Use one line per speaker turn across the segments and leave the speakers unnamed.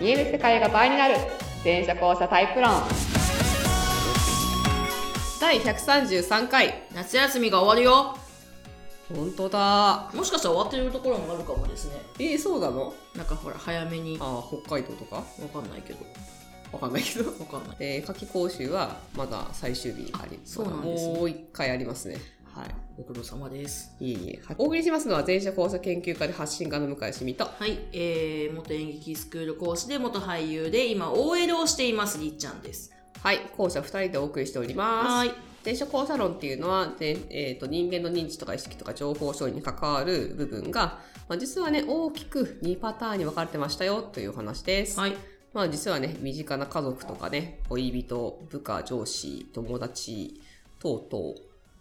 見える世界が倍になる全車交差タイプ論第133回
夏休みが終わるよ
本当だ
もしかしたら終わってるところもあるかもですね
えー、そうなの
なんかほら早めにわ
あー北海道とか
かんないけど
わかんないけど
わかんない
えー、夏季講習はまだ最終日あり
そうなんですね
まだもう一回ありますね
はいご苦労様です
いえいえはいお送りしますのは全社交差研究家で発信家の向井しみと
はい、えー、元演劇スクール講師で元俳優で今 OL をしていますりっちゃんです
はい校舎二人でお送りしております
はい
前者交差論っていうのは、でえー、と人間の認知とか意識とか情報処理に関わる部分が、まあ、実はね大きく2パターンに分かれてましたよというお話です。
はい
まあ、実はね身近な家族とかね恋人部下上司友達等々、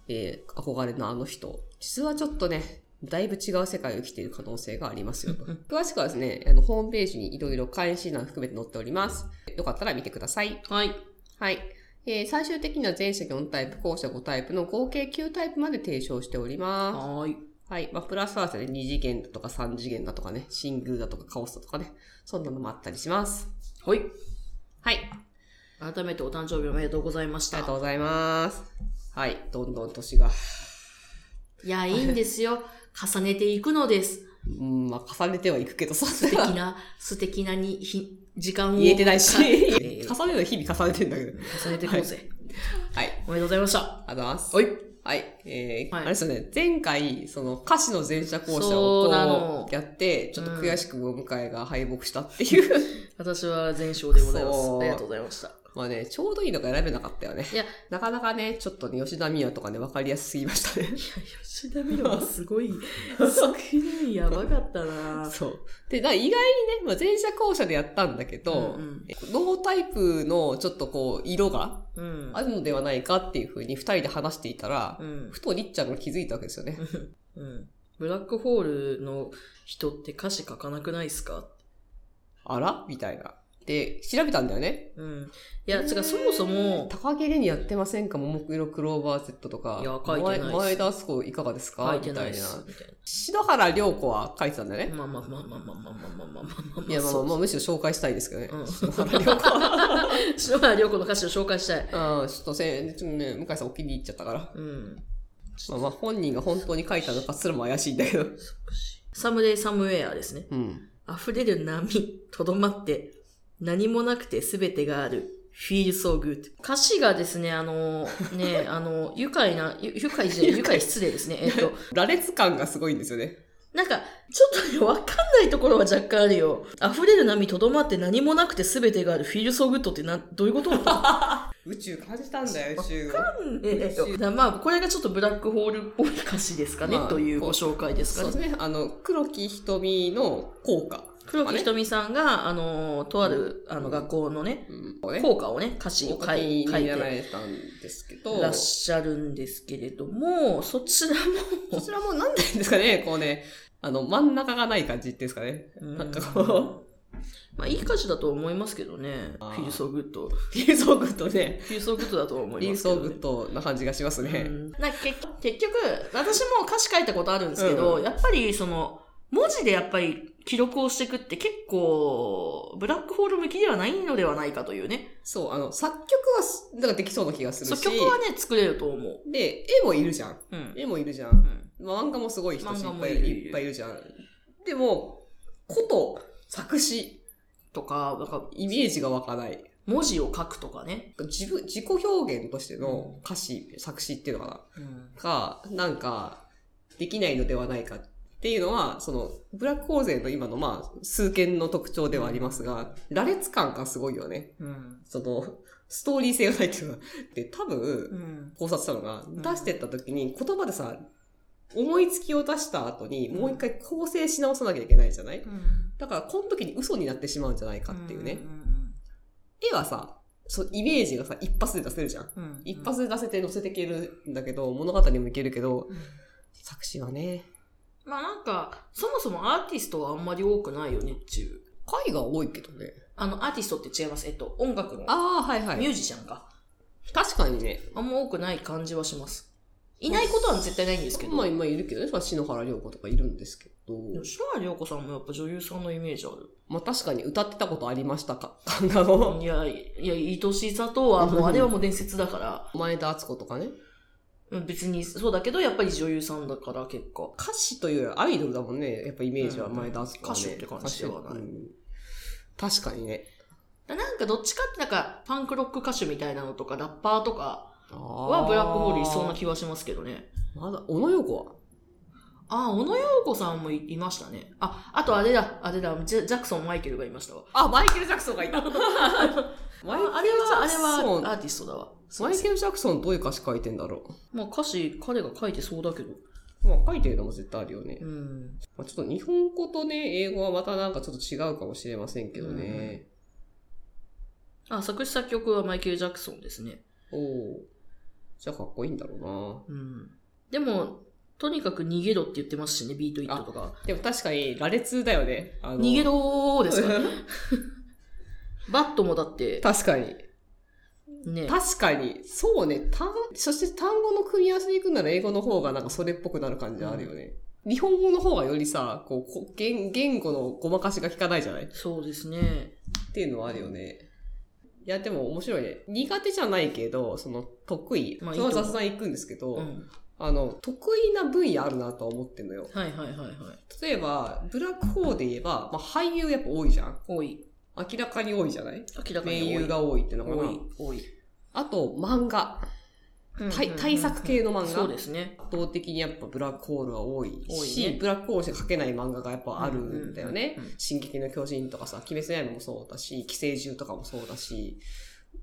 えー憧れのあの人実はちょっとねだいぶ違う世界を生きている可能性がありますよ と
うんうん
詳しくはですねあのホームページにいろいろ関心欄含めて載っておりますよかったら見てください
はい
はい。えー最終的には前者4タイプ、後者5タイプの合計9タイプまで提唱しておりま
はーい
す。はい。まあ、プラス合わせで2次元だとか3次元だとかね、シングルだとかカオスだとかね、そんなのもあったりします。
はい
はい。
改めてお誕生日おめでとうございまし
ありが
た
とうございます。はい。どんどん年が、
いやいいんですよ重ねていく のです
うん、まあ、重ねてはいくけど、そう
素敵 な素敵なにひ時間を
言えてないし、
か
重
え
ね
ー
るの日々重ねてんだけど。
重ねていこうぜ、
はい。
おめでとうございました
ありがとうございます。
はい。
はい。えー
はい
あれですよね、前回、その歌詞の前者後者
そうな
をこ
の
うやって、ちょっと悔しくお迎えが敗北したっていう。
私は全勝でございま
そう
す。ありがとうございました。
まあね、ちょうどいいのが選べなかったよね。
いや、
なかなかね、ちょっとね、吉田美和とかね、わかりやすすぎましたね。
吉田美はすごい、少ないやばかったな
そう。で、だから意外にね、まあ、前者後者でやったんだけど、
うんうん
えノータイプのちょっとこう、色が
うん。
あるのではないかっていうふうに二人で話していたら、
うん。
ふとりっちゃんが気づいたわけですよね。
うん。ブラックホールの人って歌詞書かなくないですか
あらみたいな。で、調べたんだよね。
うん。いや、違う、そもそも、
高木レにやってませんかももクロクローバー Z とか。
いや書いてないです
前前田敦子いかがですか
書いてないです
みたいな。
みたい
篠原涼子は書いてたんだよね。
な。まあまあまあまあまあまあまあまあまあまあまあま
い
あ。
や、まあまあ、まあ、
あ。
むしろ紹介したいですけどね。
うん
篠原涼子は。
篠原涼子の歌詞を紹介したい。
うん、ちょっとせん、ちょっとね、向井さんお気に入っちゃったから。
うん。
まあまあ、本人が本当に書いたのかすらも怪しいんだけど。
サムデイサムウェアですね。
うん。
溢れる波、とどまって、何もなくて全てがある。feel so good. 歌詞がですね、あの、ね、 あの、愉快な、ゆ愉快じゃない、愉快失礼ですね。えっと、
羅列感がすごいんですよね。
なんか、ちょっとね、わかんないところは若干あるよ。溢れる波、とどまって何もなくて全てがある。feel so good ってな、どういうことわ
宇宙感じたんだよ、宇宙を。
かんねえよ。だまあ、これがちょっとブラックホールっぽい歌詞ですかね、
まあ
というご紹介ですか
そう
ね
で。すね。あの、黒木瞳の効果。
黒木ひとみさんが、あの、とある、あの、学校のね、
うん。こうね。
効果をね、歌詞
お
を
書
書い
き
書い
になら
て
れたんですけど。
らっしゃるんですけれども、そちら
こ
も、
ちらもなんでですかね、こうね、あの、真ん中がない感じっていうんですかね。なんかこ
う、 まあいい歌詞だと思いますけどね、フ
あー
ィルソーグッド。
う、リーソーグッドね、
フィルソーグッドだと思い
リー
ますけ
ソー
ど、ね。
グッドな感じがしますね。
うんなんか結結局、私も歌詞書いたことあるんですけど、
うん
やっぱりその、文字でやっぱり記録をしていくって結構、ブラックホール向きではないのではないかというね。
そう、あの、作曲はす、なんかできそうな気がす
そ
る
う、
し。
曲はね、作れると思う。
で、絵もいるじゃん。
うん。
絵もいるじゃ。
うんん、
まあ漫画もすごい人しいっ
漫画
ぱ
も
い
い
い
るいる
っぱいいるじゃん。でも、こと、作詞、
とか、なんか、
イメージが湧かない。
文字を書くとかね。
自分、自己表現としての歌詞、作詞っていうのかな。
うん
が、なんか、できないのではないかっていうのは、その、ブラックホーゼの今の、まあ、数件の特徴ではありますが、羅列感がすごいよね。
うん。
その、ストーリー性がないっていうのは。で、多
う
分、
ん。
考察したのが、
ん
出してった時に、言葉でさ、思いつきを出した後に、もう一回構成し直さなきゃいけないじゃないだから、この時に嘘になってしまうんじゃないかっていうね。絵はさ、そう、イメージがさ、一発で出せるじゃん。
うん。うん
一発で出せて載せていけるんだけど、物語にもいけるけど、
うん
作詞はね、
まあなんか、そもそもアーティストはあんまり多くないよねっていう。
絵画多いけどね。
あの、アーティストって違います。えっと、音楽の
ああ、はいは
ミュ
い。
ージシャンか。
確かにね。
あんま多くない感じはします。いないことは絶対ないんですけど。
まあ今いるけどね、それは篠原涼子とかいるんですけど。
吉原涼子さんもやっぱ女優さんのイメージある。
まあ確かに歌ってたことありましたか、 感がの。
いや、いや、愛しさとは、もうあれはもう伝説だから。
前田敦子とかね。
うん別にそうだけど、やっぱり女優さんだから結果。
歌手というよりアイドルだもんね、やっぱイメージは前田敦子はね、
うん歌手って感じではない
歌手うん確かにね。
だなんかどっちかってなんかパンクロック歌手みたいなのとかラッパーとか
は
はブラックホールいそうな気はしますけどね。
まだ、小野洋子は
ああ、小野洋子さんもいいましたね。あ、あとあれだ、あれだ、ジャジャクソン・マイケルがいました わ。
あ、マイケル・ジャクソンがいた。 マイケル・ジ
ああれは、あれ
ャク
は
ソ
アーティストだわ。
ン。マイケル・ジャクソンどういう歌詞書いてんだろ
まあ歌詞、彼が書いてそうだけど。
う。まあ書いてるのも絶対あるよね
う。ん。
まあ、ちょっと日本語とね、英語はまたなんかちょっと違うかもしれませんけどね。
あ、作詞作曲はマイケル・ジャクソンですね。
おお。じゃあかっこいいんだろうな。
うん。でも、とにかく逃げろって言ってますしね、ビート・イットとか。
でも確かに羅列だよね。あの
逃げろーです から。バットもだって、
確かに。
ね。
確かに。そうね。単、そして単語の組み合わせでいくなら英語の方がなんかそれっぽくなる感じあるよね。日本語の方がよりさ、こうこ言、言語のごまかしが効かないじゃない
そうですね。
っていうのはあるよね。いや、でも面白いね。苦手じゃないけど、その、得意。
まあ
その
いいと思う
雑談行くんですけど、
うん。
あの、得意な分野あるなとは思ってんのよ。
はいはいはいはい。
例えば、ブラックホールで言えば、まあ、俳優やっぱ多いじゃん。
多い。
明らかに多いじゃない
明らかに
名
多
優
い。
が多いってのか
多。。
ない
多い。
あと、漫画。対対策系の漫画
そうですね。
圧倒的にやっぱブラックホールは多いし、
多いね
ブラックホールしか書けない漫画がやっぱあるんだよね。
うんうんうん
進撃の巨人とかさ、鬼滅の刃もそうだし、寄生獣とかもそうだし、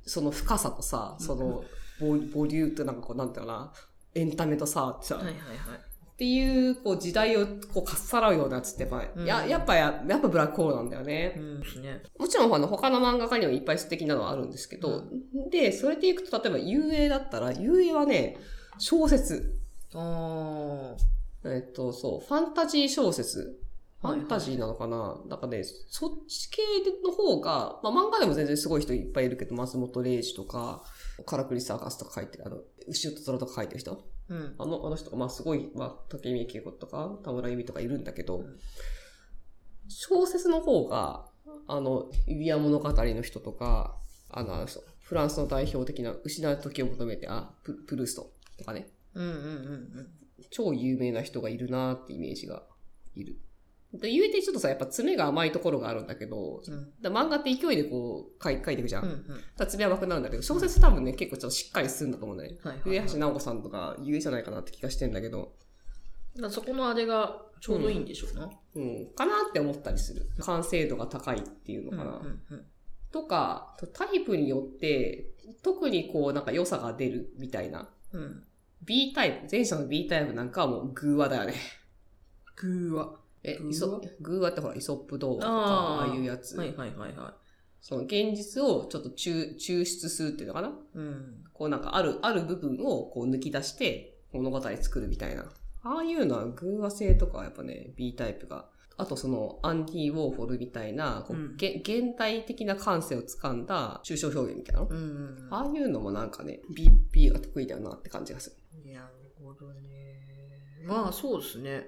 その深さとさ、そのボリボリューとなんかこう、なんていうかな、エンタメとさ、さ
はいはいはい。
っていう、こう時代をこうかっさらうようなやつってやっぱ、
うん
ややっぱや、やっぱブラックホールなんだよね。
うんですね。
もちろんあの他の漫画家にもいっぱい素敵なのはあるんですけど、で、それでいくと例えば遊泳だったら、遊泳はね、小説。
あー
えっと、そう、ファンタジー小説。フ
は
ァ
いはい
ンタジーなのかな、なんかね、そっち系の方が、まあ漫画でも全然すごい人いっぱいいるけど、松本零士とか、カラクリサーカスとか書いてる、あの、牛と虎とか書いてる人
うん。
あの、あの人が、まあすごい、まあ、竹見恵子とか、田村由美とかいるんだけ
う
ど
ん、
小説の方が、あの、指輪物語の人とか、あの、あの人フランスの代表的な失う時を求めて、あ、ププルーストとかね。
うんうんうん
超有名な人がいるなーってイメージがいる。で、ゆえてちょっとさ、やっぱ爪が甘いところがあるんだけど、
うん。うん
だから漫画って勢いでこう、書い書いていくじゃん。
う
だ
ん
か
うん。
ら爪甘くなるんだけど、小説多分ね、結構ちょっとしっかりするんだと思うんだよね。
はいはい、
上
はい。だ
橋直子さんとか、ゆえじゃないかなって気がしてんだけど、
からそこのあれがちょうどいいんでしょうな。
うん、かなって思ったりする。完成度が高いっていうの
うん
か
う
な。
んうん。
とか、タイプによって、特にこう、なんか良さが出るみたいな。
うん。
B タイプ、前者の B タイプなんかはもう、偶話だよね。
グーは。
え、
偶話
イソ偶話ってほら、イソップ童話とか、
あ
あ
ー
あいうやつ。
はいはいはいは。
その現実をちょっと抽抽出するっていうのかない
うん。
こうなんかある、ある部分をこう抜き出して物語作るみたいな。ああいうのは偶話性とかはやっぱね、B タイプが。あとそのアンディ・ウォーホルみたいな、こう
うん
げ現代的な感性を掴んだ抽象表現みたいなの。
うんうんうん。
ああいうのもなんかね、B、B が得意だよなって感じがする。
なるほどね。まあそうですね。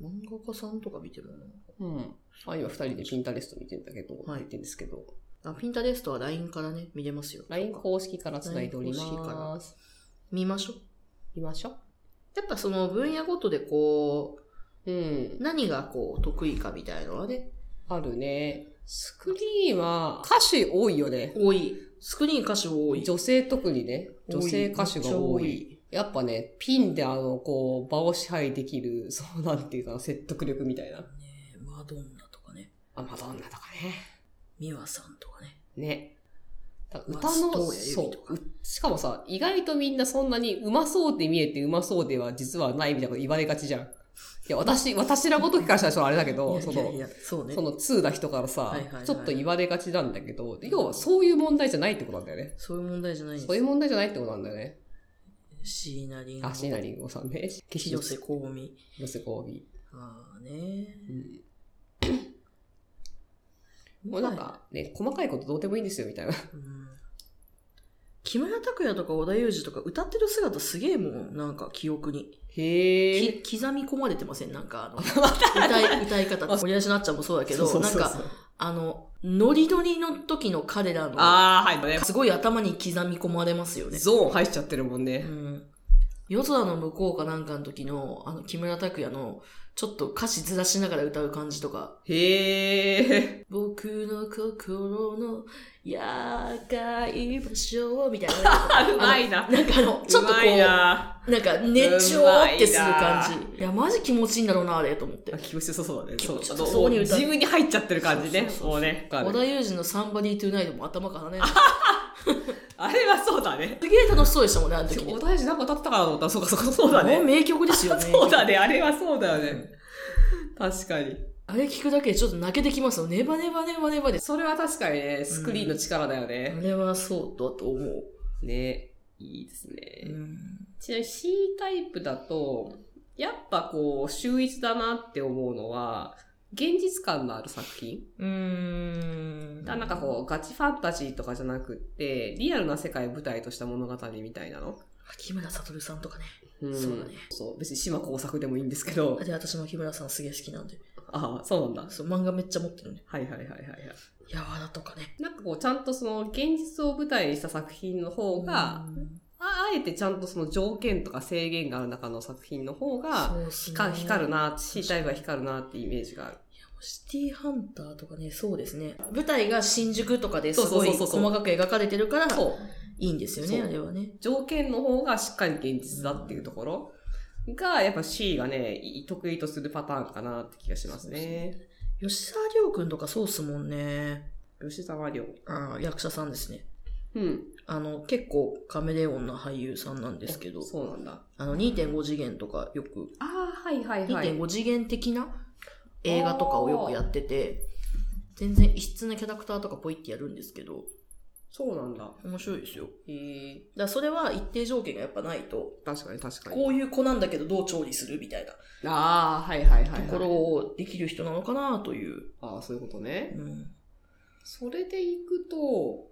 漫画家さんとか見てもな。
うん。あ、今二人でピンタレスト見てんだけど、
はい
見てんですけど、
あ、ピンタレストは LINE からね、見れますよ。
LINE 公式から繋いでおり
LINE 公式か
ます。
見ましょう。
見ましょ
やっぱその分野ごとでこ
う。うん
う、。何がこう得意かみたいのはね、
あるね。スクリーンは歌手多いよね。
多い。スクリーン歌手多い。
女性特にね、女性歌手が多
めっちゃ
い。やっぱね、ピンであの、こう、場を支配できる、 そうなんていうかな、説得力みたいな。
多い。ねマドンナとかね、
あ、マドンナとか
ミワさんとかね。
ね。ね。だから
まあ
歌の、
そうや指
そ
とか
う。うしかもさ、意外とみんなそんなにうまそうで見えてうまそうでは実はないみたいなこと言われがちじゃん。いや、私、私らごときからしたらちょっとあれだけ
い
ど、
や
そ
いや
の
い、や、そうね
そ。の通な人からさ、
はいはいはい
ちょっと言われがちなんだけど、要はそういう問題じゃないってことなんだよね。
そういう問題じゃないん
そう
で
いう問題じゃないってことなんだよね。
す。椎名林
あ、椎名林檎さんね。岸
広瀬香美。
広瀬香美。
ああね。
もうなんかね、細かいことどうでもいいんですよ、みたいな。
うん、木村拓哉とか織田裕二とか歌ってる姿すげえもう、なんか記憶に。
へえ。
き刻み込まれてませんなんかあの、
また
歌い、 歌い方。森梨なっちゃんもそうだけど、
そうそう
なん
そう
か、あの、ノリノリの時の彼らの、
ああ、はい、ね。
すごい頭に刻み込まれますよね。
ゾーン入っちゃってるもん
う
ね。
ん。夜空の向こうかなんかの時の、あの、木村拓哉の、ちょっと歌詞ずらしながら歌う感じとか、
へえ。
僕の心のやかい場所みたい
あ
な。
うまいな。
なんかあの、ちょっとこ
うま
う、
い
な
なん
か熱情ってする感
うま
じ。いや、マジ気持ちいいんだろうな、あれ、と思って。
気持ちよさそうだね。
気持ちよさ
そう
そうに歌う
自分に入っちゃってる感じね。
そうそうそう
もうね。わか
小
る
田裕二のサンバディトゥナイトも頭からね。
あれはそうだね。
すげえ楽しそうでしたもんね、あの時ね。
お大事なんか歌ってたかなと思ったら、そうかそうか、そうだね
もう。名曲ですよ ね。
そうだね。あれはそうだよね。確かに。
あれ聞くだけでちょっと泣けてきますよ。ネバネバネバネバです。
それは確かにね、スクリーンの力だよ
あ
ね。
れはそうだと思う。
ね。いいですね。
うん
ちなみに C タイプだと、やっぱこう、秀逸だなって思うのは、現実感のある作品。
うーん。
だからなんかこう、ガチファンタジーとかじゃなくって、リアルな世界を舞台とした物語みたいなの。
木村悟さんとかね。
うん、
そうだね。
そう、別に島工作でもいいんですけど。
で、私も木村さんすげえ好きなんで。
ああ、そうなんだ。
そう、漫画めっちゃ持ってるね。
はいはいはいはいはい。
やわらとかね。
なんかこう、ちゃんとその現実を舞台にした作品の方が、
うん
ああえてちゃんとその条件とか制限がある中の作品の方が、
そうっすね
光光るな、C タイプは光るなってイメージがある。
シティハンターとかね、そうですね。舞台が新宿とかです
そうそう
ご
そ
いう
そう
細かく描かれてるから、
そう。
いいんですよね、
そう
あれはね。
条件の方がしっかり現実だっていうところが、やっぱ C がね、い得意とするパターンかなって気がしますね。
吉沢亮君とかそうっすもんね。
吉沢亮。
あー役者さんですね。
うん。
あの、結構カメレオンな俳優さんなんですけど、
そうなんだ。
あの、2.5次元とかよく
ああ、はいはいはい。
2.5次元的な映画とかをよくやってて、全然異質なキャラクターとかポイってやるんですけど、
そうなんだ。
面白いですよ。だか
へえ。
らそれは一定条件がやっぱないと、
確かに確かに。
こういう子なんだけどどう調理するみたいな
ああ、はいはいはい、はい。
ところをできる人なのかなという。
ああ、そういうことね。
うん
それでいくと、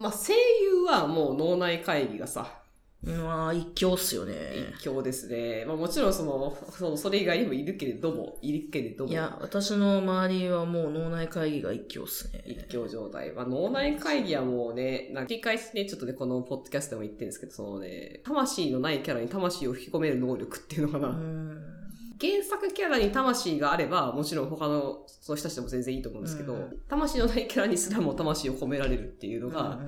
まあ、声優はもう脳内会議がさ、
うわー一強っすよね。
一強ですね。まあ、もちろんその、その、それ以外にもいるけれども、いるけれども。
いや、私の周りはもう脳内会議が一強っすね。
一強状態。まあ、脳内会議はもうね、なんか繰り返しね、ちょっとね、このポッドキャストでも言ってるんですけど、そのね、魂のないキャラに魂を吹き込める能力っていうのかな。
うん。
原作キャラに魂があれば、もちろん他のその人たちでも全然いいと思うんですけど、
うん
魂のないキャラにすらも魂を込められるっていうの
うん
が、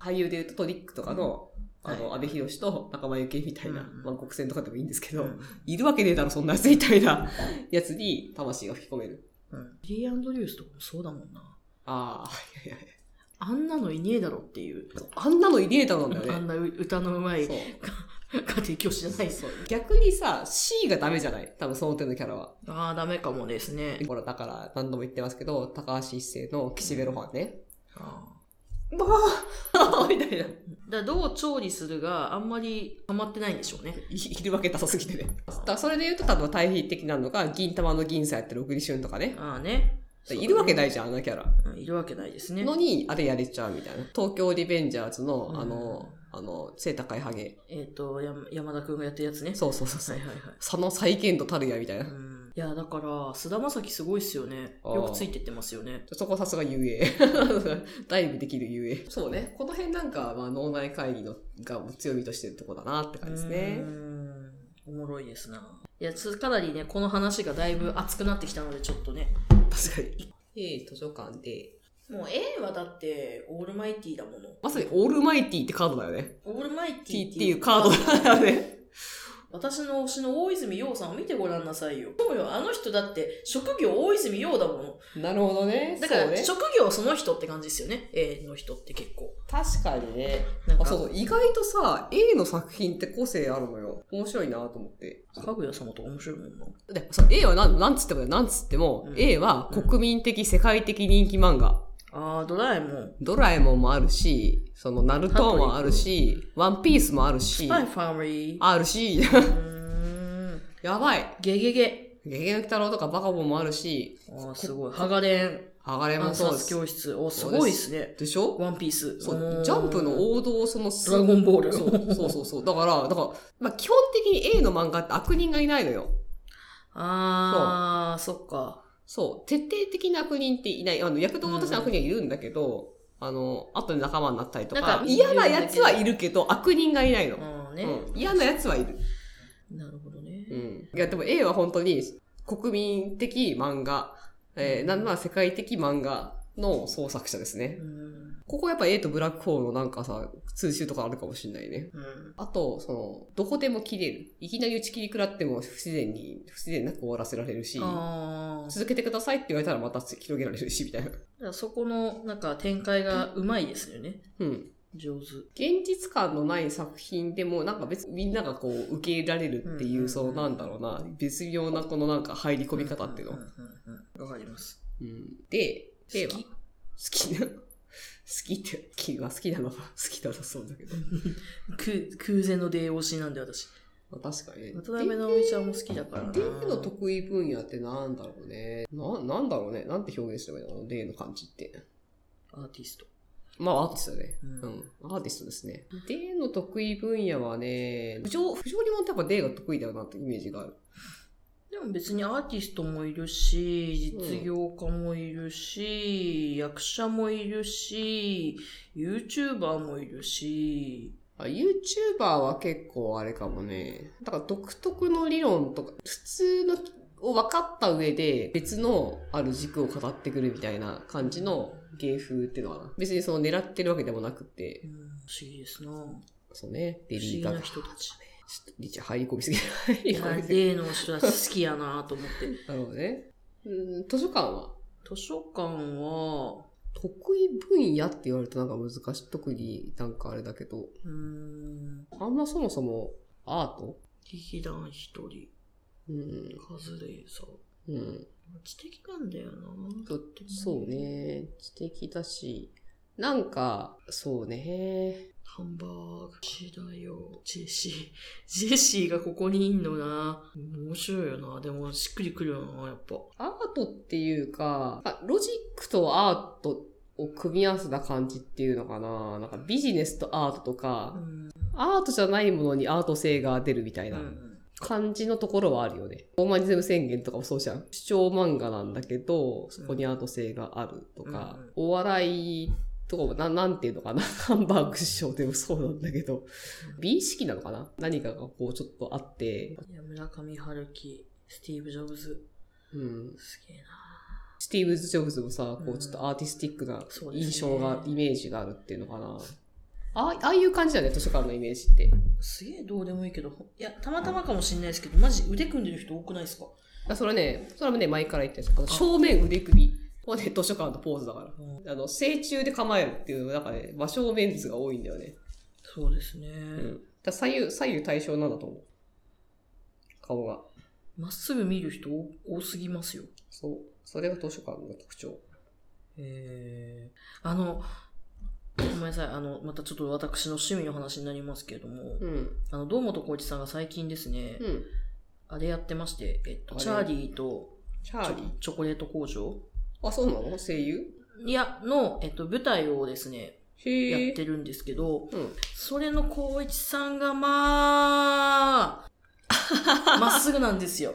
俳優で言うとトリックとかの、
うん
あの、安倍博と仲間由紀恵みたいな、
うん
まあ、国戦とかでもいいんですけど、
うん
いるわけねえだろ、そんなやつみたいなやつに魂が吹き込める。
うん。リー・アンドリュースとかもそうだもんな。
ああ、いやいや
あんなのいねえだろっていう。
あんなのいねえだろうなんだ
あ
よ
ん
ね。
な歌のうまい
そう
家庭教師じゃない
そう逆にさ、C がダメじゃない多分その点のキャラは。
ああ、ダメかもですね。
ほら、だから何度も言ってますけど、高橋一生の岸辺露伴ね。
あ
もう みたいな。
ーだからどう調理するがあんまりハマってないんでしょうね。
いいるわけなさすぎてね。だからそれで言うと多分対比的なのが、銀玉の銀さやってる小栗旬とかね。
ああね。
いるわけ
ない。
ないじゃん、あのキャラ。
うんいるわけないですね。
のに、あれやれちゃうみたいな。東京リベンジャーズの
う、ん
あの、あの、背高いハゲ。
えっ、と、や山田くんがやってるやつね。
そうそうそう。そ
は
う
いはいはい。
佐野再建度たるや、みたいな。
う
じゃ
ん、いや、だから、菅田将暉すごいっすよね。
あー
よくついてってますよね。
そこはさすが UA。ダイブできる UA。そうね。この辺なんか、まあ、脳内会議のが強みとしてるとこだなって感じですね
う。ん。おもろいですな。いや、つかなりね、この話がだいぶ熱くなってきたので、ちょっとね。
確かに。え図書館で、
もう A はだって、オールマイティーだもの。
まさにオールマイティってカードだよね。
オールマイティ
T
ー
っていうカードだよね。
私の推しの大泉洋さんを見てごらんなさいよ。そうよ、あの人だって職業大泉洋だもの。
なるほどね
だから、
ね、
職業その人って感じですよね。A の人って結構。
確かにね。
なん
あ、
か、
そうそう。意外とさ、A の作品って個性あるのよ。面白いなと思って。
かぐや様とか面白いもんな。
でそう A はなんなんつってもだよなんつっても、
うん
A は国民的、世界的人気漫画。
あー、ドラえもん。
ドラえもんもあるし、その、ナルトもあるし、ワンピースもある
ス
し、
パイファミリー。
あるし、
うーん。
やばい。
ゲゲゲ。
ゲゲの鬼太郎とかバカボンもあるし、
ああ、すごい。ハガレン、
ハガレン
ア
も
ン
そ
サ
う
ー
で
ス
す。
教室。お、すごいですね。
でしょ
ワンピース。
そ
おー
う、ジャンプの王道をその
ドラゴンボール。
そうそうそうそう。だから、だから、まあ、基本的に A の漫画って悪人がいないのよ。
ああ、そっか。
そう。徹底的な悪人っていない。あの、躍動としての悪人はいるんだけど、あの、後で仲間になったりとか、
なんか
嫌な奴はいるけど、悪人がいないの。
ああね、
うん、嫌な奴はいる。
なるほどね。
うん。いや、でも A は本当に国民的漫画、え
う
ー、
ん
なんなら世界的漫画の創作者ですね。
うん。
ここやっぱ A とブラックホールのなんかさ、通習とかあるかもしんないね。
うん。
あと、その、どこでも切れる。いきなり打ち切り食らっても不自然に、不自然なく終わらせられるし、
ああ。
続けてくださいって言われたらまた広げられるし、みたいな。
だからそこの、なんか展開がうまいですよね。
うん。
上手。
現実感のない作品でも、なんか別にみんながこう受け入れられるっていう、
うん
そのなんだろうな、別妙なこのなんか入り込み方っていうの
ん。んうんうんわかります。
うんで、では、
好
好
き
きな、好きって、好きは好きなのは好きだなそうだけど。
く空前の出推しなんで私。
まあ、確かにね。
渡辺直美ちゃんも好きだからな。
デーの得意分野ってなんだろうね。な、なんだろうね。なんて表現すればいいのデーの感じって。
アーティスト。
まあ、アーティストだね。
う。
うんん。アーティストですね。デーの得意分野はね、不条、不条理もってやっぱデーが得意だよなってイメージがある。
でも別にアーティストもいるし、実業家もいるし、役者もいるし、YouTuber もいるし、
あ YouTuber は結構あれかもね。だから独特の理論とか、普通のを分かった上で別のある軸を語ってくるみたいな感じの芸風っていうのかな。別にその狙ってるわけでもなく
う
て
ん、。不思議ですな。不思
そうね。デリ
議
ーガ
な
ガ。
人たち。
ちょっと、リチ入り込みすぎない。入
い
り
や
込みすぎ
例の人たち好きやなと思って。
なるほどね。うん、図書館は
図書館は、
得意分野って言われるとなんか難しい。特になんかあれだけど、
うーん、
あんまそもそもアート
劇団一人、
うん。
カズレーザー。
うん。
知的なんだよな
そうそう。ね。知的だし、なんか、そうね。
ハンバーグ、シだよ。ジェシー。ジェシーがここにいんのな面白いよなでも、しっくりくるよなやっぱ。
アートっていうか、あロジックとアートを組み合わせた感じっていうのかな。なんかビジネスとアートとか、
ん。
アートじゃないものにアート性が出るみたいな。感じのところはあるよね。オーマニズム宣言とかもそうじゃん。主張漫画なんだけど、そこにアート性があるとか、
うんうん
お笑いとかもな、なんていうのかな。 ハンバーグ師匠でもそうなんだけど、美意識なのかな何かがこうちょっとあって、
いや、村上春樹、スティーブ・ジョブズ。
うん。
すげえな
スティーブ・ジョブズもさ、こ
う
うんちょっとアーティスティックな
そうですね
印象が、イメージがあるっていうのかな。あああいう感じだよね、図書館のイメージって。
すげえどうでもいいけど、ほいや、たまたまかもしれないですけど、マジ腕組んでる人多くないですか
あそれね、それもね、前から言ってるんですけど正面腕首。これね、図書館のポーズだから。あの、正中で構えるっていうのが、なんかね、真正面図が多いんだよね。
そうですね。
うん。だから左右、左右対称なんだと思う。顔が。
まっすぐ見る人多多すぎますよ。
そう。それが図書館の特徴。
えー、あの、ごめんなさい。あの、またちょっと私の趣味の話になりますけれども、
うん。
あの、堂本光一さんが最近ですね、
うん。
あれやってまして、えっと、
あれ
チャーリーと
チャ
チョ
ーリー。
チョコレート工場
あ、そうなの声優
いや、の、えっと、舞台をですね、や
へ
っ
え。
てるんですけど、
うん。
それの光一さんが、ま あ、まっすぐなんですよ。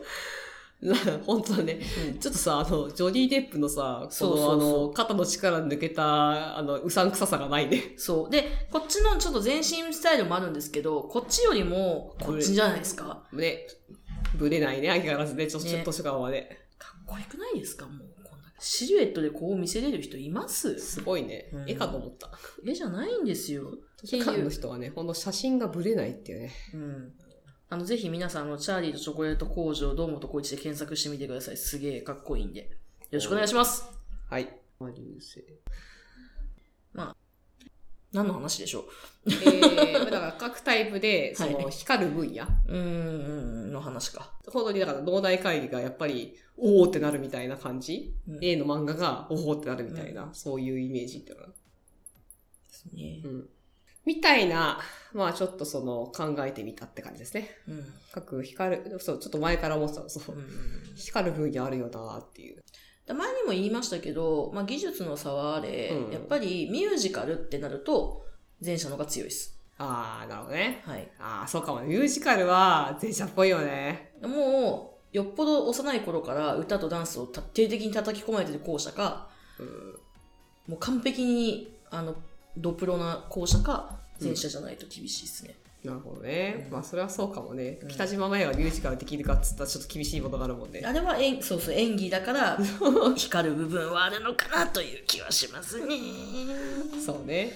な、 本当だね。
うん
ちょっとさ、あの、ジョニー・デップのさ、こ
そう
の、
そ
あ
うそう
の、肩の力抜けた、あの、うさんくささがないね。
そう。で、こっちのちょっと全身スタイルもあるんですけど、こっちよりも、こっちじゃないですか。
ね。ぶれないね、相変わらずね、ちょ、ちょ
ね
図書館はね。
かっこよくないですかもうこんな。シルエットでこう見せれる人います
すごいね
う。ん
絵かと思った。
絵じゃないんですよ。
図書館の人はね、ほんと写真がぶれないっていうね。
うん。あの、ぜひ皆さん、あの、チャーリーとチョコレート工場、どうもとこいちで検索してみてください。すげえかっこいいんで。よろしくお願いします。
はい。まあ、流星。
何の話でしょ
えー、だから各タイプで、そ
は
の、
い
光る分野。
ううーん、の話か。
本当にだから、脳内会議がやっぱり、おおってなるみたいな感じ。
うん
A の漫画が、おおってなるみたいな、そういうイメージっていうのか
ですね
な。うん。みたいな、まあちょっとその考えてみたって感じですね。
うん。
各光る、そう、ちょっと前から思ってたの、そうう、
ん
光る分野あるよなっていう。
前にも言いましたけど、まあ、技術の差はあれ、
うん
やっぱりミュージカルってなると前者の方が強いです。
あー、なるほどね。
はい。
あー、そうかもね。ミュージカルは前者っぽいよね。
もう、よっぽど幼い頃から歌とダンスを徹底的に叩き込まれてる校舎か、
うん。
もう完璧に、あの、ドプロな校舎か、前者じゃないと厳しいですね。
なるほどね。
うん
まあそれはそうかもね。
うん
北島麻也がミュージカルできるかっつったらちょっと厳しいものがあるもんね。
あれは演、そうそう、演技だから、光る部分はあるのかなという気はしますね。
そうね。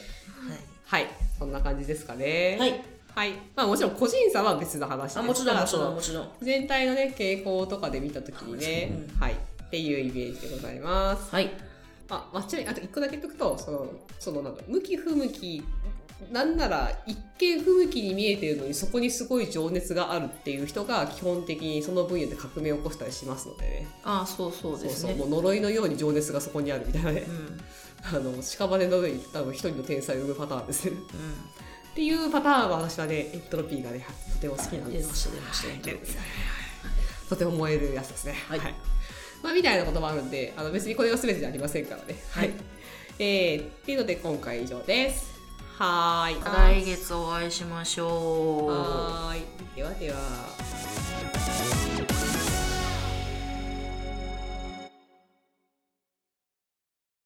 はい。そんな感じですかね。
はい。はい。
はい。まあもちろん個人差は別の話です
あ、もち
た
ろん、も
だ
ち
そ
ろ
の
ん、もちろん。
全体のね、傾向とかで見たときにね、
うん
はい。っていうイメージでございます。
はい。
あ、まあちなみに、あと一個だけ言っとくと、その、そのなんだ、向き不向き、なんなら一見不向きに見えてるのにそこにすごい情熱があるっていう人が基本的にその分野で革命を起こしたりしますのでね。
あそうそう
そう
です
そう、
ね。
もう呪いのように情熱がそこにあるみたい なね
う。
あ
ん。
の、屍の上に多分一人の天才を生むパターンですね。
うん。
っていうパターンは私はね、エントロピーがね、とても好きなんです。
出ました出ました
はいとても燃えるやつですね。
はい
まあ、みたいなこともあるんで、あの別にこれが全てじゃありませんからね。
はい。
えー、っていうので今回以上です。はーい。
来月お会いしましょう。
はーい。ではでは。